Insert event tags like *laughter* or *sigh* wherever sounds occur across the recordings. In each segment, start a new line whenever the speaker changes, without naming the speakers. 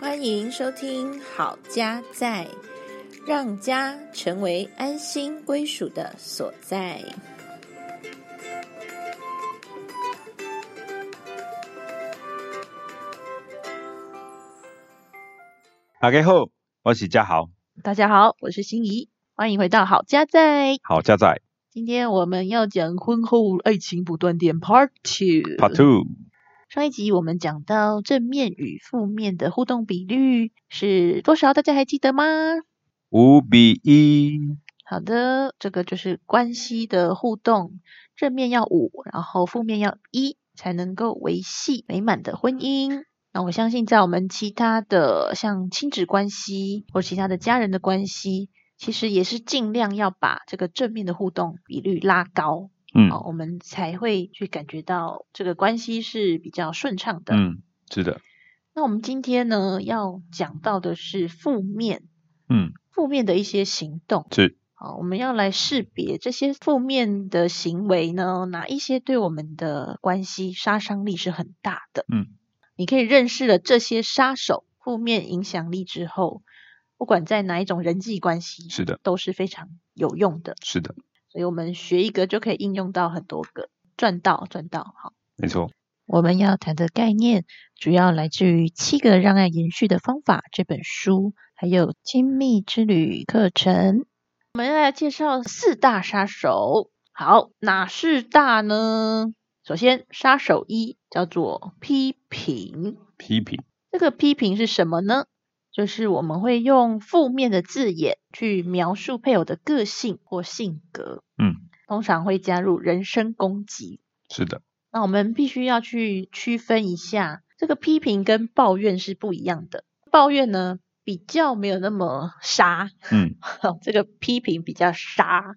欢迎收听《好家在》，让家成为安心归属的所在。
大家好，我是嘉豪，
大家好，我是心怡，欢迎回到好家在。
好家在
今天我们要讲婚后爱情不断电 Part Two。
Part Two，
上一集我们讲到正面与负面的互动比率是多少，大家还记得吗？
五比一，
好的，这个就是关系的互动，正面要五，然后负面要一，才能够维系美满的婚姻。那我相信，在我们其他的像亲子关系或其他的家人的关系，其实也是尽量要把这个正面的互动比率拉高，
嗯
哦，我们才会去感觉到这个关系是比较顺畅的。
嗯，是的，
那我们今天呢，要讲到的是负面，
嗯，
负面的一些行动。
是，
好，我们要来识别这些负面的行为呢，哪一些对我们的关系杀伤力是很大的？
嗯，
你可以认识了这些杀手负面影响力之后，不管在哪一种人际关系，
是的，
都是非常有用的。
是的，
所以我们学一个就可以应用到很多个，赚到赚到。好，
没错，
我们要谈的概念主要来自于《七个让爱延续的方法》这本书，还有《亲密之旅》课程。我们要来介绍四大杀手。好，哪四大呢？首先，杀手一叫做批评。
批评，
这个批评是什么呢？就是我们会用负面的字眼去描述配偶的个性或性格，
嗯，
通常会加入人身攻击
是的，
那我们必须要去区分一下，这个批评跟抱怨是不一样的。抱怨呢比较没有那么杀， *laughs*
嗯，
这个批评比较杀。
对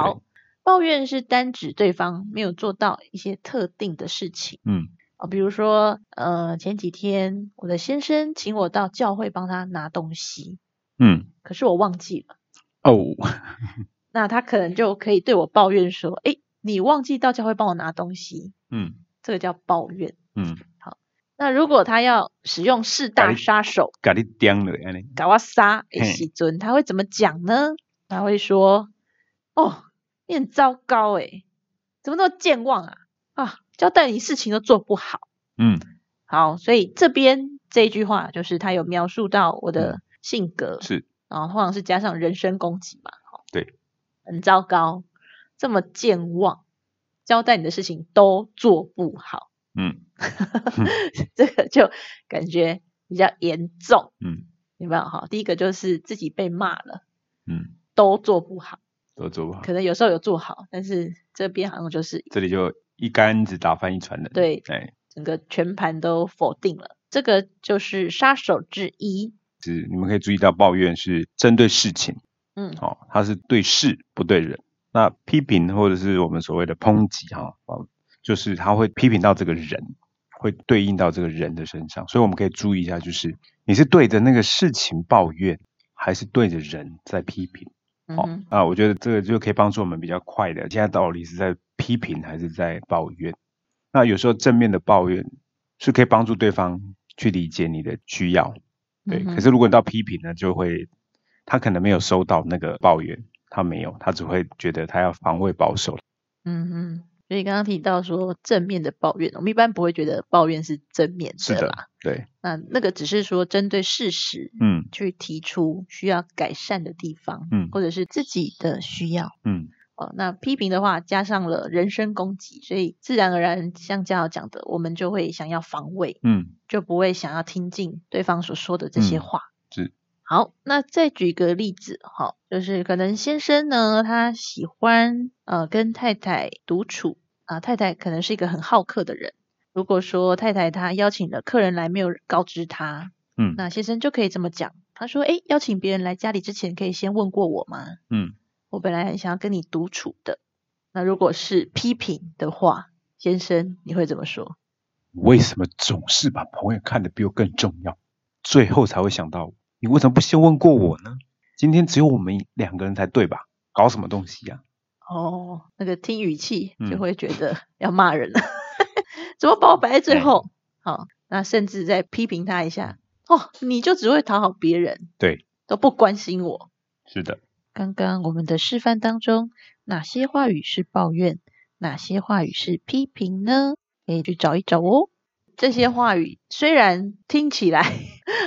好，抱怨是单指对方没有做到一些特定的事情
嗯，
啊，比如说，呃，前几天我的先生请我到教会帮他拿东西，
嗯，
可是我忘记了，
哦， *laughs*
那他可能就可以对我抱怨说，诶，你忘记到教会帮我拿东西，
嗯
这个叫抱怨。
嗯，
那如果他要使用四大杀手
咖喱颠了，安尼，
搞哇杀
嘿
诶西尊，他会怎么讲呢？他会说：“哦，你很糟糕诶，怎么那么健忘啊？啊，交代你事情都做不好。
嗯，”
好，所以这边这一句话就是他有描述到我的性格，
嗯是，
然后通常是加上人身攻击嘛。哦
对，
很糟糕，这么健忘，交代你的事情都做不好。
嗯
*laughs* 这个就感觉比较严重，
嗯
有没有哈？第一个就是自己被骂了，
嗯，
都做不好，
都做不好，
可能有时候有做好，但是这边好像就是
这里就一竿子打翻一船人，
对
哎，
整个全盘都否定了，这个就是杀手之一。
是你们可以注意到，抱怨是针对事情，
嗯，
哦，它是对事不对人。那批评或者是我们所谓的抨击哈、哦，就是他会批评到这个人，会对应到这个人的身上，所以我们可以注意一下，就是你是对着那个事情抱怨，还是对着人在批评？
嗯
哦
哼，
啊，我觉得这个就可以帮助我们比较快的，现在到底是在批评还是在抱怨？那有时候正面的抱怨是可以帮助对方去理解你的需要，对，
嗯哼
可是如果你到批评呢，就会他可能没有收到那个抱怨，他没有，他只会觉得他要防卫保守。
嗯哼。所以刚刚提到说正面的抱怨，我们一般不会觉得抱怨是正面
是
的
的
啦。
对，
那那个只是说针对事实
嗯
去提出需要改善的地方，
嗯
或者是自己的需要。
嗯，
哦，那批评的话加上了人身攻击，所以自然而然，像嘉豪讲的，我们就会想要防卫，
嗯
就不会想要听进对方所说的这些
嗯
话。
是。
好，那再举个例子，哈、就是可能先生呢，他喜欢呃跟太太独处啊、太太可能是一个很好客的人。如果说太太她邀请了客人来，没有告知他，
嗯
那先生就可以这么讲，他说：“诶，邀请别人来家里之前，可以先问过我吗？”
嗯
我本来很想要跟你独处的。那如果是批评的话，先生，你会怎么说？
为什么总是把朋友看得比我更重要，最后才会想到我？你为什么不先问过我呢？今天只有我们两个人才对吧？搞什么东西呀、
哦，那个听语气就
嗯
会觉得 *laughs* 要骂人了，怎么把我摆在最
哎
后？好、那甚至再批评他一下，哦，你就只会讨好别人，
对，
都不关心我。
是的，
刚刚我们的示范当中，哪些话语是抱怨，哪些话语是批评呢？可以去找一找哦。这些话语虽然听起来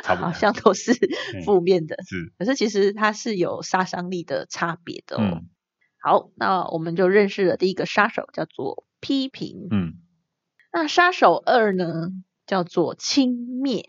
差不多
好像都是
嗯
负面的，
是，
可是其实它是有杀伤力的差别的哦。
嗯
好，那我们就认识了第一个杀手，叫做批评。
嗯，
那杀手二呢，叫做轻蔑。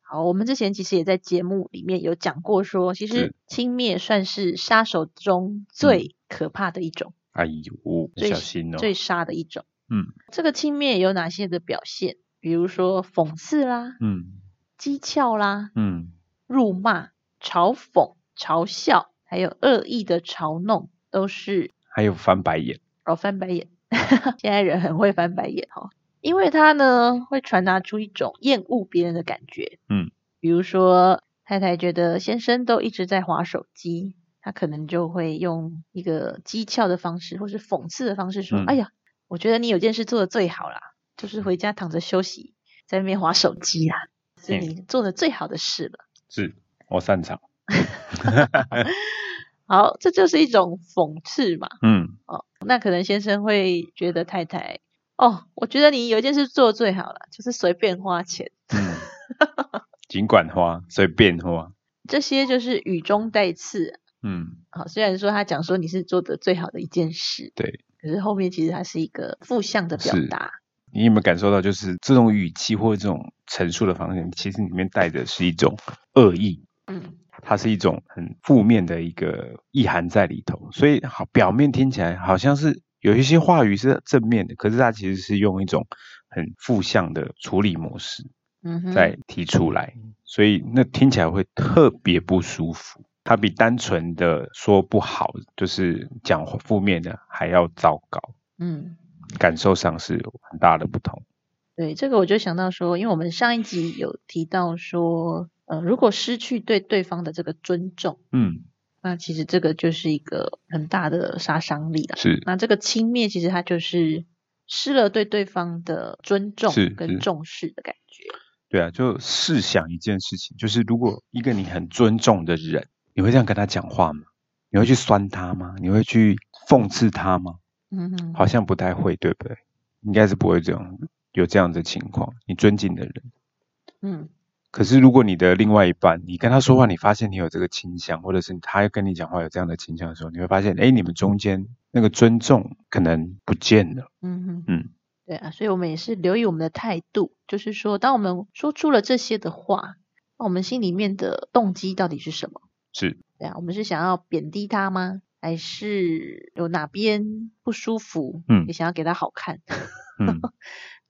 好，我们之前其实也在节目里面有讲过说，其实
是
轻蔑算是杀手中最可怕的一种，
哎呦，
最
小心哦，
最杀的一种。
嗯，
这个轻蔑有哪些的表现？比如说讽刺啦、
嗯
讥诮啦、
嗯
辱骂、嘲讽、嘲笑，还有恶意的嘲弄，都是
还有翻白眼，
哦，翻白眼， *laughs* 现在人很会翻白眼哦，因为他呢会传达出一种厌恶别人的感觉。
嗯，
比如说太太觉得先生都一直在划手机，他可能就会用一个讥诮的方式，或是讽刺的方式说：“
嗯
哎呀，我觉得你有件事做的最好啦，就是回家躺着休息，在那边划手机啦，是
嗯
你做的最好的事了。
是我擅长，
好，这就是一种讽刺嘛。
嗯
那可能先生会觉得太太，哦，我觉得你有一件事做得最好了，就是随便花钱，
嗯，尽管花，随便花，
这些就是语中带刺。
嗯，
好，虽然说他讲说你是做的最好的一件事，
对，
可是后面其实它是一个负向的表
是
达。
你有没有感受到，就是这种语气或这种陈述的方式，其实里面带的是一种恶意，
嗯，
它是一种很负面的一个意涵在里头，所以好表面听起来好像是有一些话语是正面的，可是它其实是用一种很负向的处理模式
嗯哼，
再提出来，所以那听起来会特别不舒服。它比单纯的说不好，就是讲负面的还要糟糕，
嗯，
感受上是有很大的不同。
对，这个我就想到说，因为我们上一集有提到说，呃，如果失去对对方的这个尊重，
嗯，
那其实这个就是一个很大的杀伤力了。
是
那这个轻蔑其实它就是失了对对方的尊重
是
跟
是
重视的感觉。
对啊，就试想一件事情，就是如果一个你很尊重的人，你会这样跟他讲话吗？你会去酸他吗？你会去讽刺他吗？
嗯哼，
好像不太会，对不对？应该是不会这样，有这样的情况。你尊敬的人，
嗯
可是如果你的另外一半，你跟他说话，你发现你有这个倾向，或者是他跟你讲话有这样的倾向的时候，你会发现，哎，你们中间那个尊重可能不见了。
嗯哼
嗯，
对啊，所以我们也是留意我们的态度，就是说，当我们说出了这些的话，那我们心里面的动机到底是什么？
是，
对啊，我们是想要贬低他吗？还是有哪边不舒服？
嗯
也想要给他好看。 *laughs*
嗯，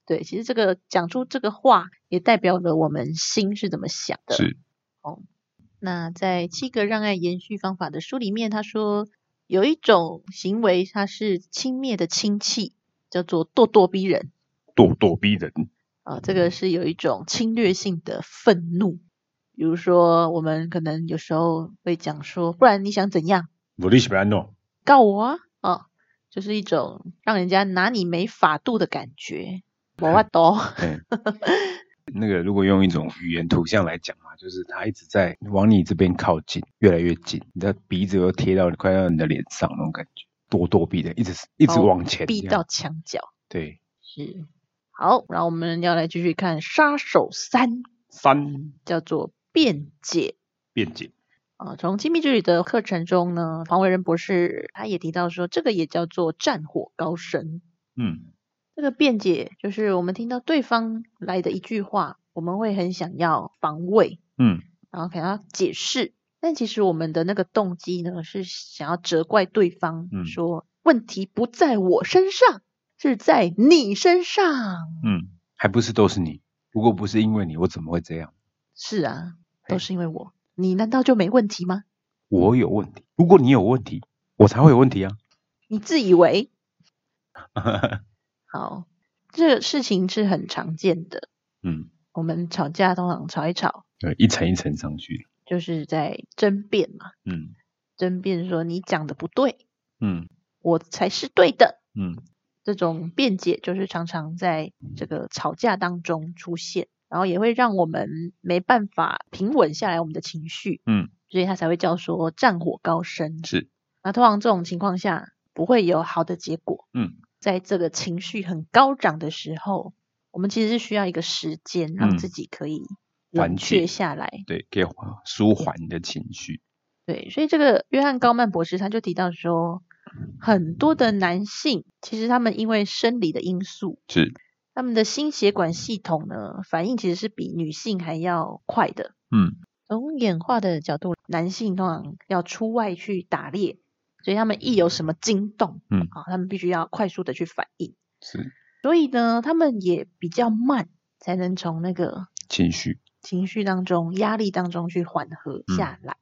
对，其实这个讲出这个话，也代表了我们心是怎么想的。
是，
那在《七个让爱延续方法》的书里面，他说有一种行为，它是轻蔑的亲戚，叫做咄咄逼人
咄咄逼人。
啊、这个是有一种侵略性的愤怒。比如说，我们可能有时候会讲说，不然你想怎样？
我利息不安诺。
告我啊！啊、就是一种让人家拿你没法度的感觉。我法度，
对，那个如果用一种语言图像来讲嘛，就是他一直在往你这边靠近，越来越近，你的鼻子又贴到快要你的脸上那种感觉，咄咄逼人，一直一直
把我
往前这
逼
样
到墙角。
对
是，好，然后我们要来继续看杀手三，
三
叫做辩解。
辩解，
啊，从亲密距离的课程中呢，黄维仁博士他也提到说，这个也叫做战火高升。
嗯
这个辩解就是我们听到对方来的一句话，我们会很想要防卫，
嗯
然后想要解释，但其实我们的那个动机呢，是想要责怪对方，
嗯
说问题不在我身上，是在你身上。
嗯，还不是都是你，如果不是因为你，我怎么会这样？
是啊，都
嘿
是因为我，你难道就没问题吗？
我有问题，如果你有问题，我才会有问题啊。 *laughs*
你自以为好，这个事情是很常见的。
嗯，
我们吵架通常吵一吵，
对，一层一层上去，
就是在争辩嘛，
嗯
争辩说你讲的不对，
嗯
我才是对的。
嗯，
这种辩解就是常常在这个吵架当中出现，然后也会让我们没办法平稳下来我们的情绪，
嗯，
所以他才会叫说战火高升。
是，
那通常这种情况下不会有好的结果，
嗯，
在这个情绪很高涨的时候，我们其实是需要一个时间让
嗯
自己可以
缓
冷却
解
下来。
对，可以舒缓你的情绪。
对，所以这个约翰高曼博士他就提到说，很多的男性其实他们因为生理的因素，
是，
他们的心血管系统呢反应其实是比女性还要快的。
嗯，
从演化的角度，男性通常要出外去打猎，所以他们一有什么惊动，
嗯
啊，他们必须要快速的去反应，
是
所以呢，他们也比较慢，才能从那个
情绪，
情绪当中、压力当中去缓和
嗯
下来，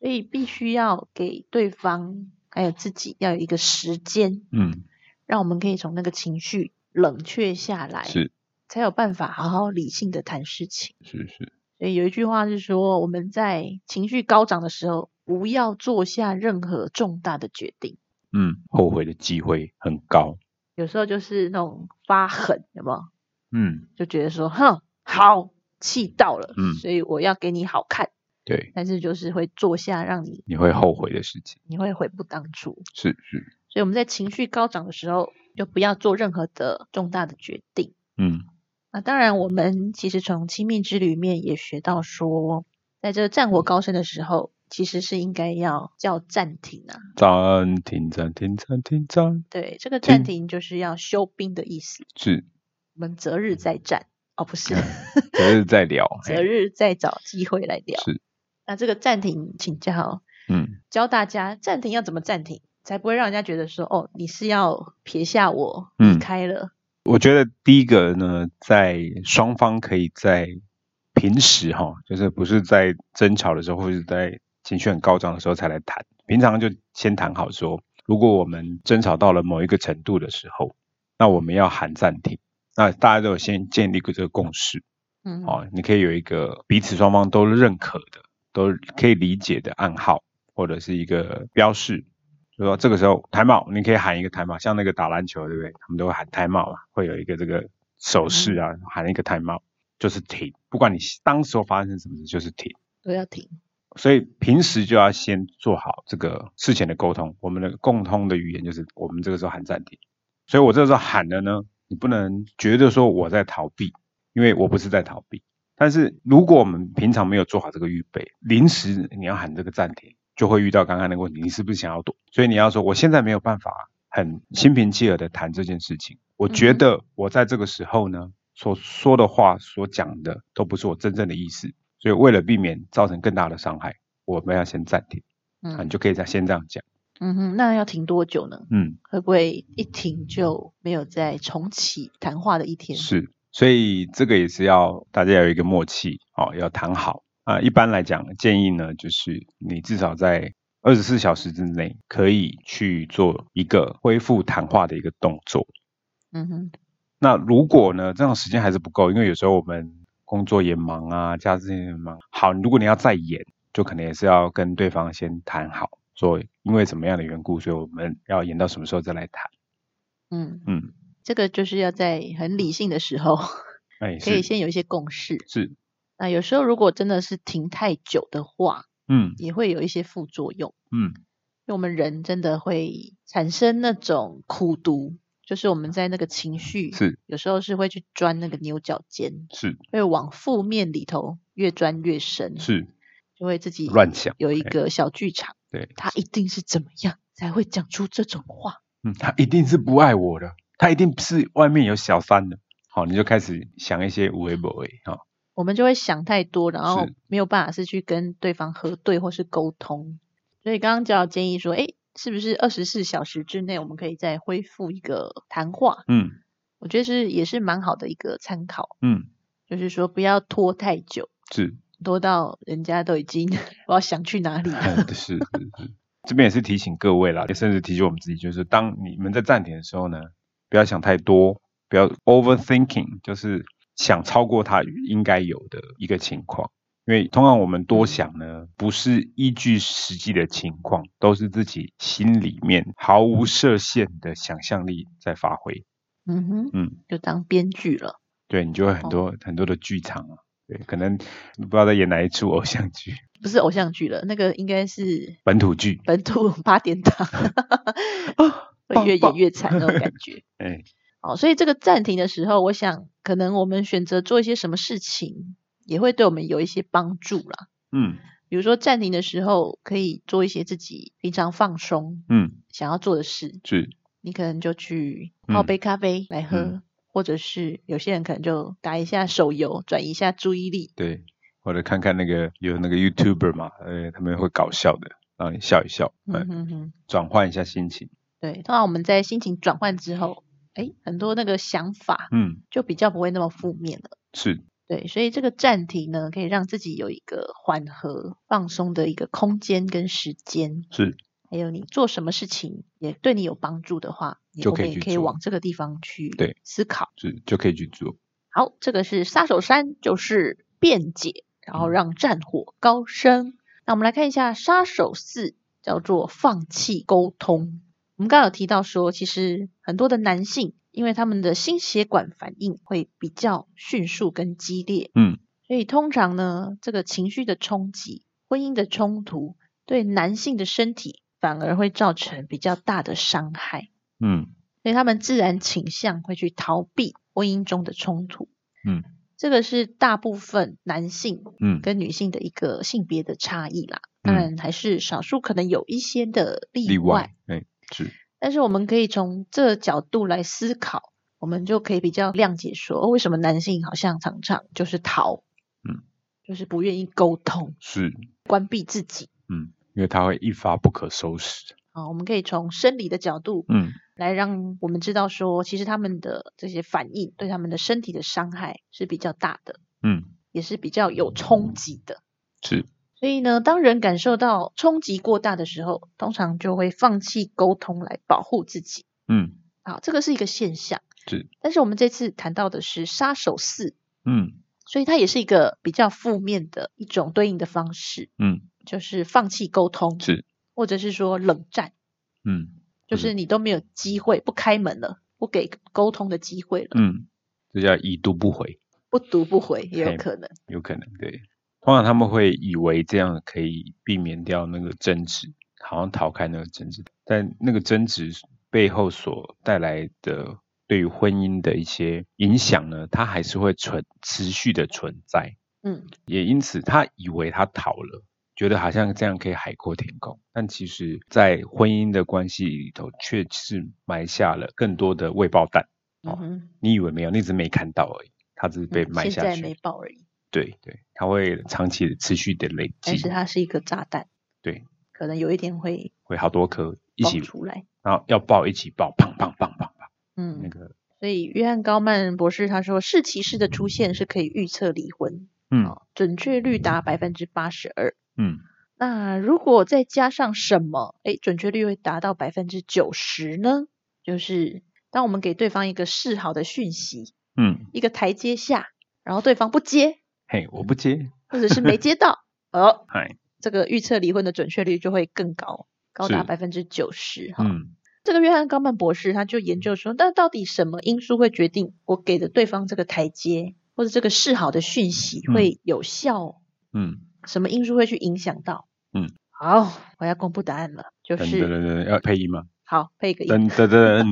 所以必须要给对方还有自己要有一个时间，
嗯，
让我们可以从那个情绪冷却下来，
是
才有办法好好理性的谈事情。
是是，
所以有一句话是说，我们在情绪高涨的时候，不要做下任何重大的决定。
嗯，后悔的机会很高，
有时候就是那种发狠，有没有？
嗯，
就觉得说，哼，好，气到了，
嗯
所以我要给你好看。
对，
但是就是会做下让你
你会后悔的事情，
你会悔不当初。
是是，
所以我们在情绪高涨的时候，就不要做任何的重大的决定。
嗯
那当然，我们其实从亲密之旅里面也学到说，在这战火高升的时候，其实是应该要叫暂停啊。
暂停，暂停，暂停，暂
对，这个暂
停
停就是要休兵的意思。
是，
我们择日再战哦，不
*laughs*
是
择日再聊，
择
嘿
日再找机会来聊。
是，
那这个暂停，请教
嗯，
教大家暂停要怎么暂停，才不会让人家觉得说哦，你是要撇下我
嗯
离开了。
我觉得第一个呢，在双方可以在平时哈，就是不是在争吵的时候，或者是在情绪很高涨的时候才来谈，平常就先谈好说，如果我们争吵到了某一个程度的时候，那我们要喊暂停。那大家都有先建立过这个共识
嗯，
哦，你可以有一个彼此双方都认可的、都可以理解的暗号，或者是一个标示，就说这个时候 time out，你可以喊一个 time out，像那个打篮球对不对？他们都会喊 time out 嘛，会有一个这个手势啊，喊一个 time out，就是停，不管你当时候发生什么事，就是停。
都要停。
所以平时就要先做好这个事前的沟通，我们的共通的语言就是我们这个时候喊暂停。所以我这个时候喊了呢，你不能觉得说我在逃避，因为我不是在逃避。但是如果我们平常没有做好这个预备，临时你要喊这个暂停，就会遇到刚刚那个问题，你是不是想要躲？所以你要说我现在没有办法很心平气和的谈这件事情，我觉得我在这个时候呢所说的话、所讲的都不是我真正的意思，所以为了避免造成更大的伤害，我们要先暂停。啊，
嗯
你就可以再先这样讲，
嗯哼，那要停多久呢？
嗯，
会不会一停就没有再重启谈话的一天？
是，所以这个也是要大家要有一个默契哦，要谈好啊。一般来讲，建议呢就是你至少在二十四小时之内可以去做一个恢复谈话的一个动作。
嗯哼，
那如果呢，这样时间还是不够，因为有时候我们工作也忙啊，家事也忙。好，如果你要再演，就可能也是要跟对方先谈好，说因为什么样的缘故，所以我们要演到什么时候再来谈。
嗯，
嗯，
这个就是要在很理性的时候，
哎，
可以
是
先有一些共识。
是，
那有时候如果真的是停太久的话，
嗯
也会有一些副作用，
嗯，
因为我们人真的会产生那种苦毒，就是我们在那个情绪
是
有时候是会去钻那个牛角尖，
是
会往负面里头越钻越深，
是，
就会自己
乱想
有一
哎
个小剧场。
对，
他一定是怎么样才会讲出这种话？
嗯，他一定是不爱我的，他一定是外面有小三的。好，你就开始想一些无为不为哈，
我们就会想太多，然后
是
没有办法是去跟对方核对或是沟通。所以刚刚就要建议说，诶，是不是二十四小时之内我们可以再恢复一个谈话？
嗯
我觉得是也是蛮好的一个参考，
嗯，
就是说不要拖太久，
是。
拖到人家都已经 *laughs* 我要想去哪里
*laughs*
了。
嗯，是是是，这边也是提醒各位啦，也甚至提醒我们自己，就是当你们在暂停的时候呢，不要想太多，不要 overthinking，就是想超过它应该有的一个情况。因为通常我们多想呢，不是依据实际的情况，都是自己心里面毫无设限的想象力在发挥。
嗯哼，
嗯，
就当编剧了。
对你就会很多、很多的剧场啊，对，可能不知道在演哪一出偶像剧、
不是偶像剧了，那个应该是
本土剧，
本土八点档，
哦
会 *laughs* 越演越惨那种感
*laughs*
觉。
哎，
哦，所以这个暂停的时候，我想可能我们选择做一些什么事情，也会对我们有一些帮助啦。
嗯
比如说暂停的时候，可以做一些自己平常放松
嗯，
想要做的事，
是，
你可能就去泡
嗯
杯咖啡来喝，
嗯
或者是有些人可能就打一下手游，转移一下注意力。
对，或者看看那个有那个 YouTuber 嘛，呃，他们会搞笑的，让你笑一笑，呃
嗯哼哼，
转换一下心情，
对，通常我们在心情转换之后，哎，很多那个想法
嗯，
就比较不会那么负面了。
是，
对，所以这个暂停呢，可以让自己有一个缓和、放松的一个空间跟时间。
是，
还有你做什么事情也对你有帮助的话，你
就
我
可
们
以
也
去
可以
做
往这个地方去
对
思考。
是就可以去做，
好，这个是杀手山，就是辩解，然后
嗯
让战火高升。那我们来看一下杀手四，叫做放弃沟通。我们刚刚有提到说，其实很多的男性，因为他们的心血管反应会比较迅速跟激烈，
嗯，
所以通常呢，这个情绪的冲击、婚姻的冲突，对男性的身体反而会造成比较大的伤害，
嗯
所以他们自然倾向会去逃避婚姻中的冲突。
嗯，
这个是大部分男性
嗯，
跟女性的一个性别的差异啦。当
嗯
然还是少数可能有一些的例
例外，哎，是，
但是我们可以从这个角度来思考，我们就可以比较谅解说，哦为什么男性好像常常就是逃，
嗯，
就是不愿意沟通，
是，
关闭自己。
嗯，因为它会一发不可收拾，
啊、我们可以从生理的角度
嗯
来让我们知道说，其实他们的这些反应对他们的身体的伤害是比较大的，
嗯，
也是比较有冲击的。
是，
所以呢，当人感受到冲击过大的时候，通常就会放弃沟通来保护自己。
嗯
好，这个是一个现象。
是，
但是我们这次谈到的是杀手四，
嗯
所以它也是一个比较负面的一种对应的方式，
嗯
就是放弃沟通，
是，
或者是说冷战，
嗯
就
或者
是你都没有机会，不开门了，不给沟通的机会了，
嗯，这叫已读不回，
不读不回也有
嘿
可能。
有可能对。通常他们会以为这样可以避免掉那个争执，好像逃开那个争执，但那个争执背后所带来的对于婚姻的一些影响呢，它还是会存持续的存在。
嗯，
也因此，他以为他逃了，觉得好像这样可以海阔天空，但其实，在婚姻的关系里头，却是埋下了更多的未爆弹。哦
嗯哼，
你以为没有，你只是没看到而已，它只是被
嗯
埋
现
下
在
去。
没报而已，
对对，它会长期的持续的累
但
积
是，它是一个炸弹，
对，
可能有一天会
会好多颗一
爆
起，
出来。
然后要爆一起爆，砰砰砰砰砰，
嗯，
那个
所以约翰高曼博士他说，是歧视的出现是可以预测离婚，
嗯
哦，准确率达百分之八十二。
嗯
那如果再加上什么，哎，准确率会达到百分之九十呢？就是当我们给对方一个示好的讯息，
嗯，
一个台阶下，然后对方不接，
嘿，我不接，
或者是没接
*laughs*
到，哦，
嗨，
这个预测离婚的准确率就会更高，高达
是
百分之九十哈。
嗯
这个约翰高曼博士他就研究说，那到底什么因素会决定我给的对方这个台阶或者这个示好的讯息
嗯
会有效？
嗯，
什么因素会去影响到？
嗯，
好，我要公布答案了，就
噔噔
是
噔噔，要配
*laughs*
音吗？
好配一个音，
噔噔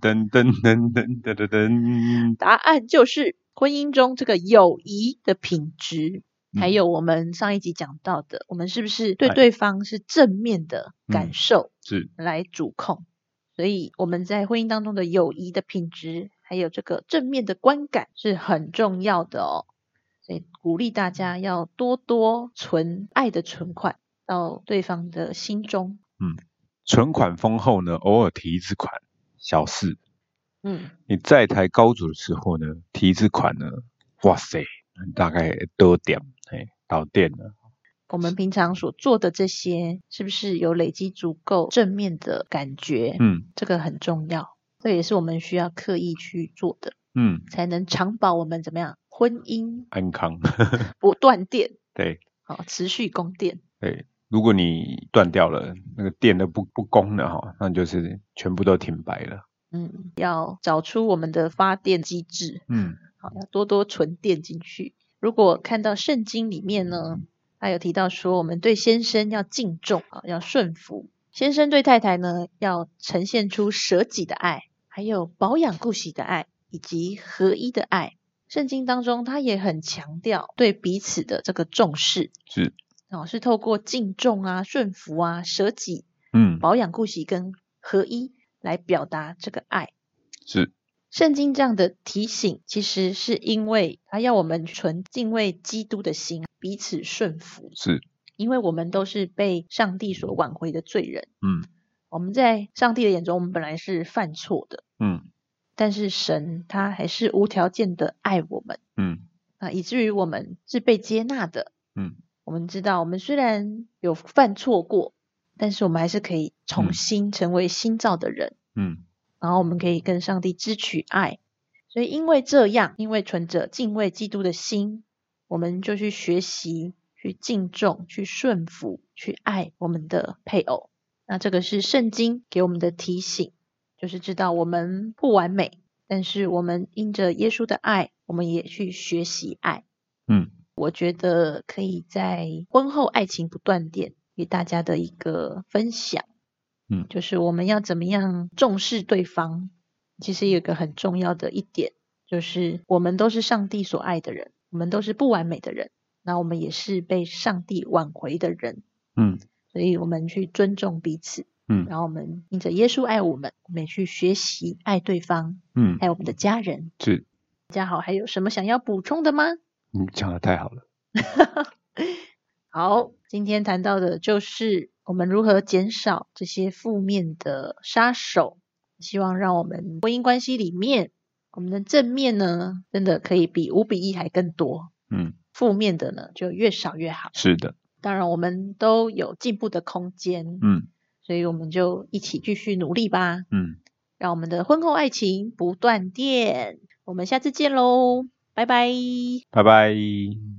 噔噔噔噔噔噔噔噔，
答案就是婚姻中这个友谊的品质。还
嗯
有我们上一集讲到的，我们是不是对
哎
对方是正面的感
嗯
受，
是，
来主控。所以我们在婚姻当中的友谊的品质，还有这个正面的观感是很重要的哦。所以鼓励大家要多多存爱的存款到对方的心中。
存款丰厚呢，偶尔提一次款，小事。
嗯，
你债台高筑的时候呢，提一次款呢，哇塞，大概多点，哎，到店了，
我们平常所做的这些，是不是有累积足够正面的感觉？
嗯
这个很重要，这也是我们需要刻意去做的，
嗯，
才能长保我们怎么样婚姻
安康， *laughs*
不断电，
对。
好、持续供电。
对，哎如果你断掉了，那个电都不不供了哈，那就是全部都停摆了。
嗯，要找出我们的发电机制，
嗯，
好，要多多存电进去。如果看到圣经里面呢，他有提到说，我们对先生要敬重啊，要顺服；先生对太太呢，要呈现出舍己的爱，还有保养顾惜的爱，以及合一的爱。圣经当中，他也很强调对彼此的这个重视，
是，
哦，是透过敬重啊、顺服啊、舍己、
嗯，
保养顾惜跟合一来表达这个爱。
是，
圣经这样的提醒，其实是因为它要我们存敬畏基督的心，彼此顺服，
是，
因为我们都是被上帝所挽回的罪人。
嗯
我们在上帝的眼中，我们本来是犯错的，
嗯
但是神他还是无条件的爱我们
嗯
啊，以至于我们是被接纳的。
嗯，
我们知道，我们虽然有犯错过，但是我们还是可以重
嗯
新成为新造的人。
嗯，
然后我们可以跟上帝支取爱。所以因为这样，因为存着敬畏基督的心，我们就去学习、去敬重、去顺服、去爱我们的配偶。那这个是圣经给我们的提醒，就是知道我们不完美，但是我们因着耶稣的爱，我们也去学习爱。
嗯，
我觉得可以在婚后爱情不断电给大家的一个分享。就是我们要怎么样重视对方。其实有一个很重要的一点，就是我们都是上帝所爱的人，我们都是不完美的人，那我们也是被上帝挽回的人，
嗯
所以我们去尊重彼此，
嗯
然后我们因着耶稣爱我们，我们也去学习爱对方，
嗯，
爱我们的家人。
是，
大家好，还有什么想要补充的吗？
你讲的太好了，
好，今天谈到的就是我们如何减少这些负面的杀手，希望让我们婚姻关系里面，我们的正面呢，真的可以比五比一还更多，
嗯，
负面的呢就越少越好。
是的，
当然，我们都有进步的空间，
嗯
所以我们就一起继续努力吧，
嗯，
让我们的婚后爱情不断电。我们下次见喽，拜拜。
拜拜。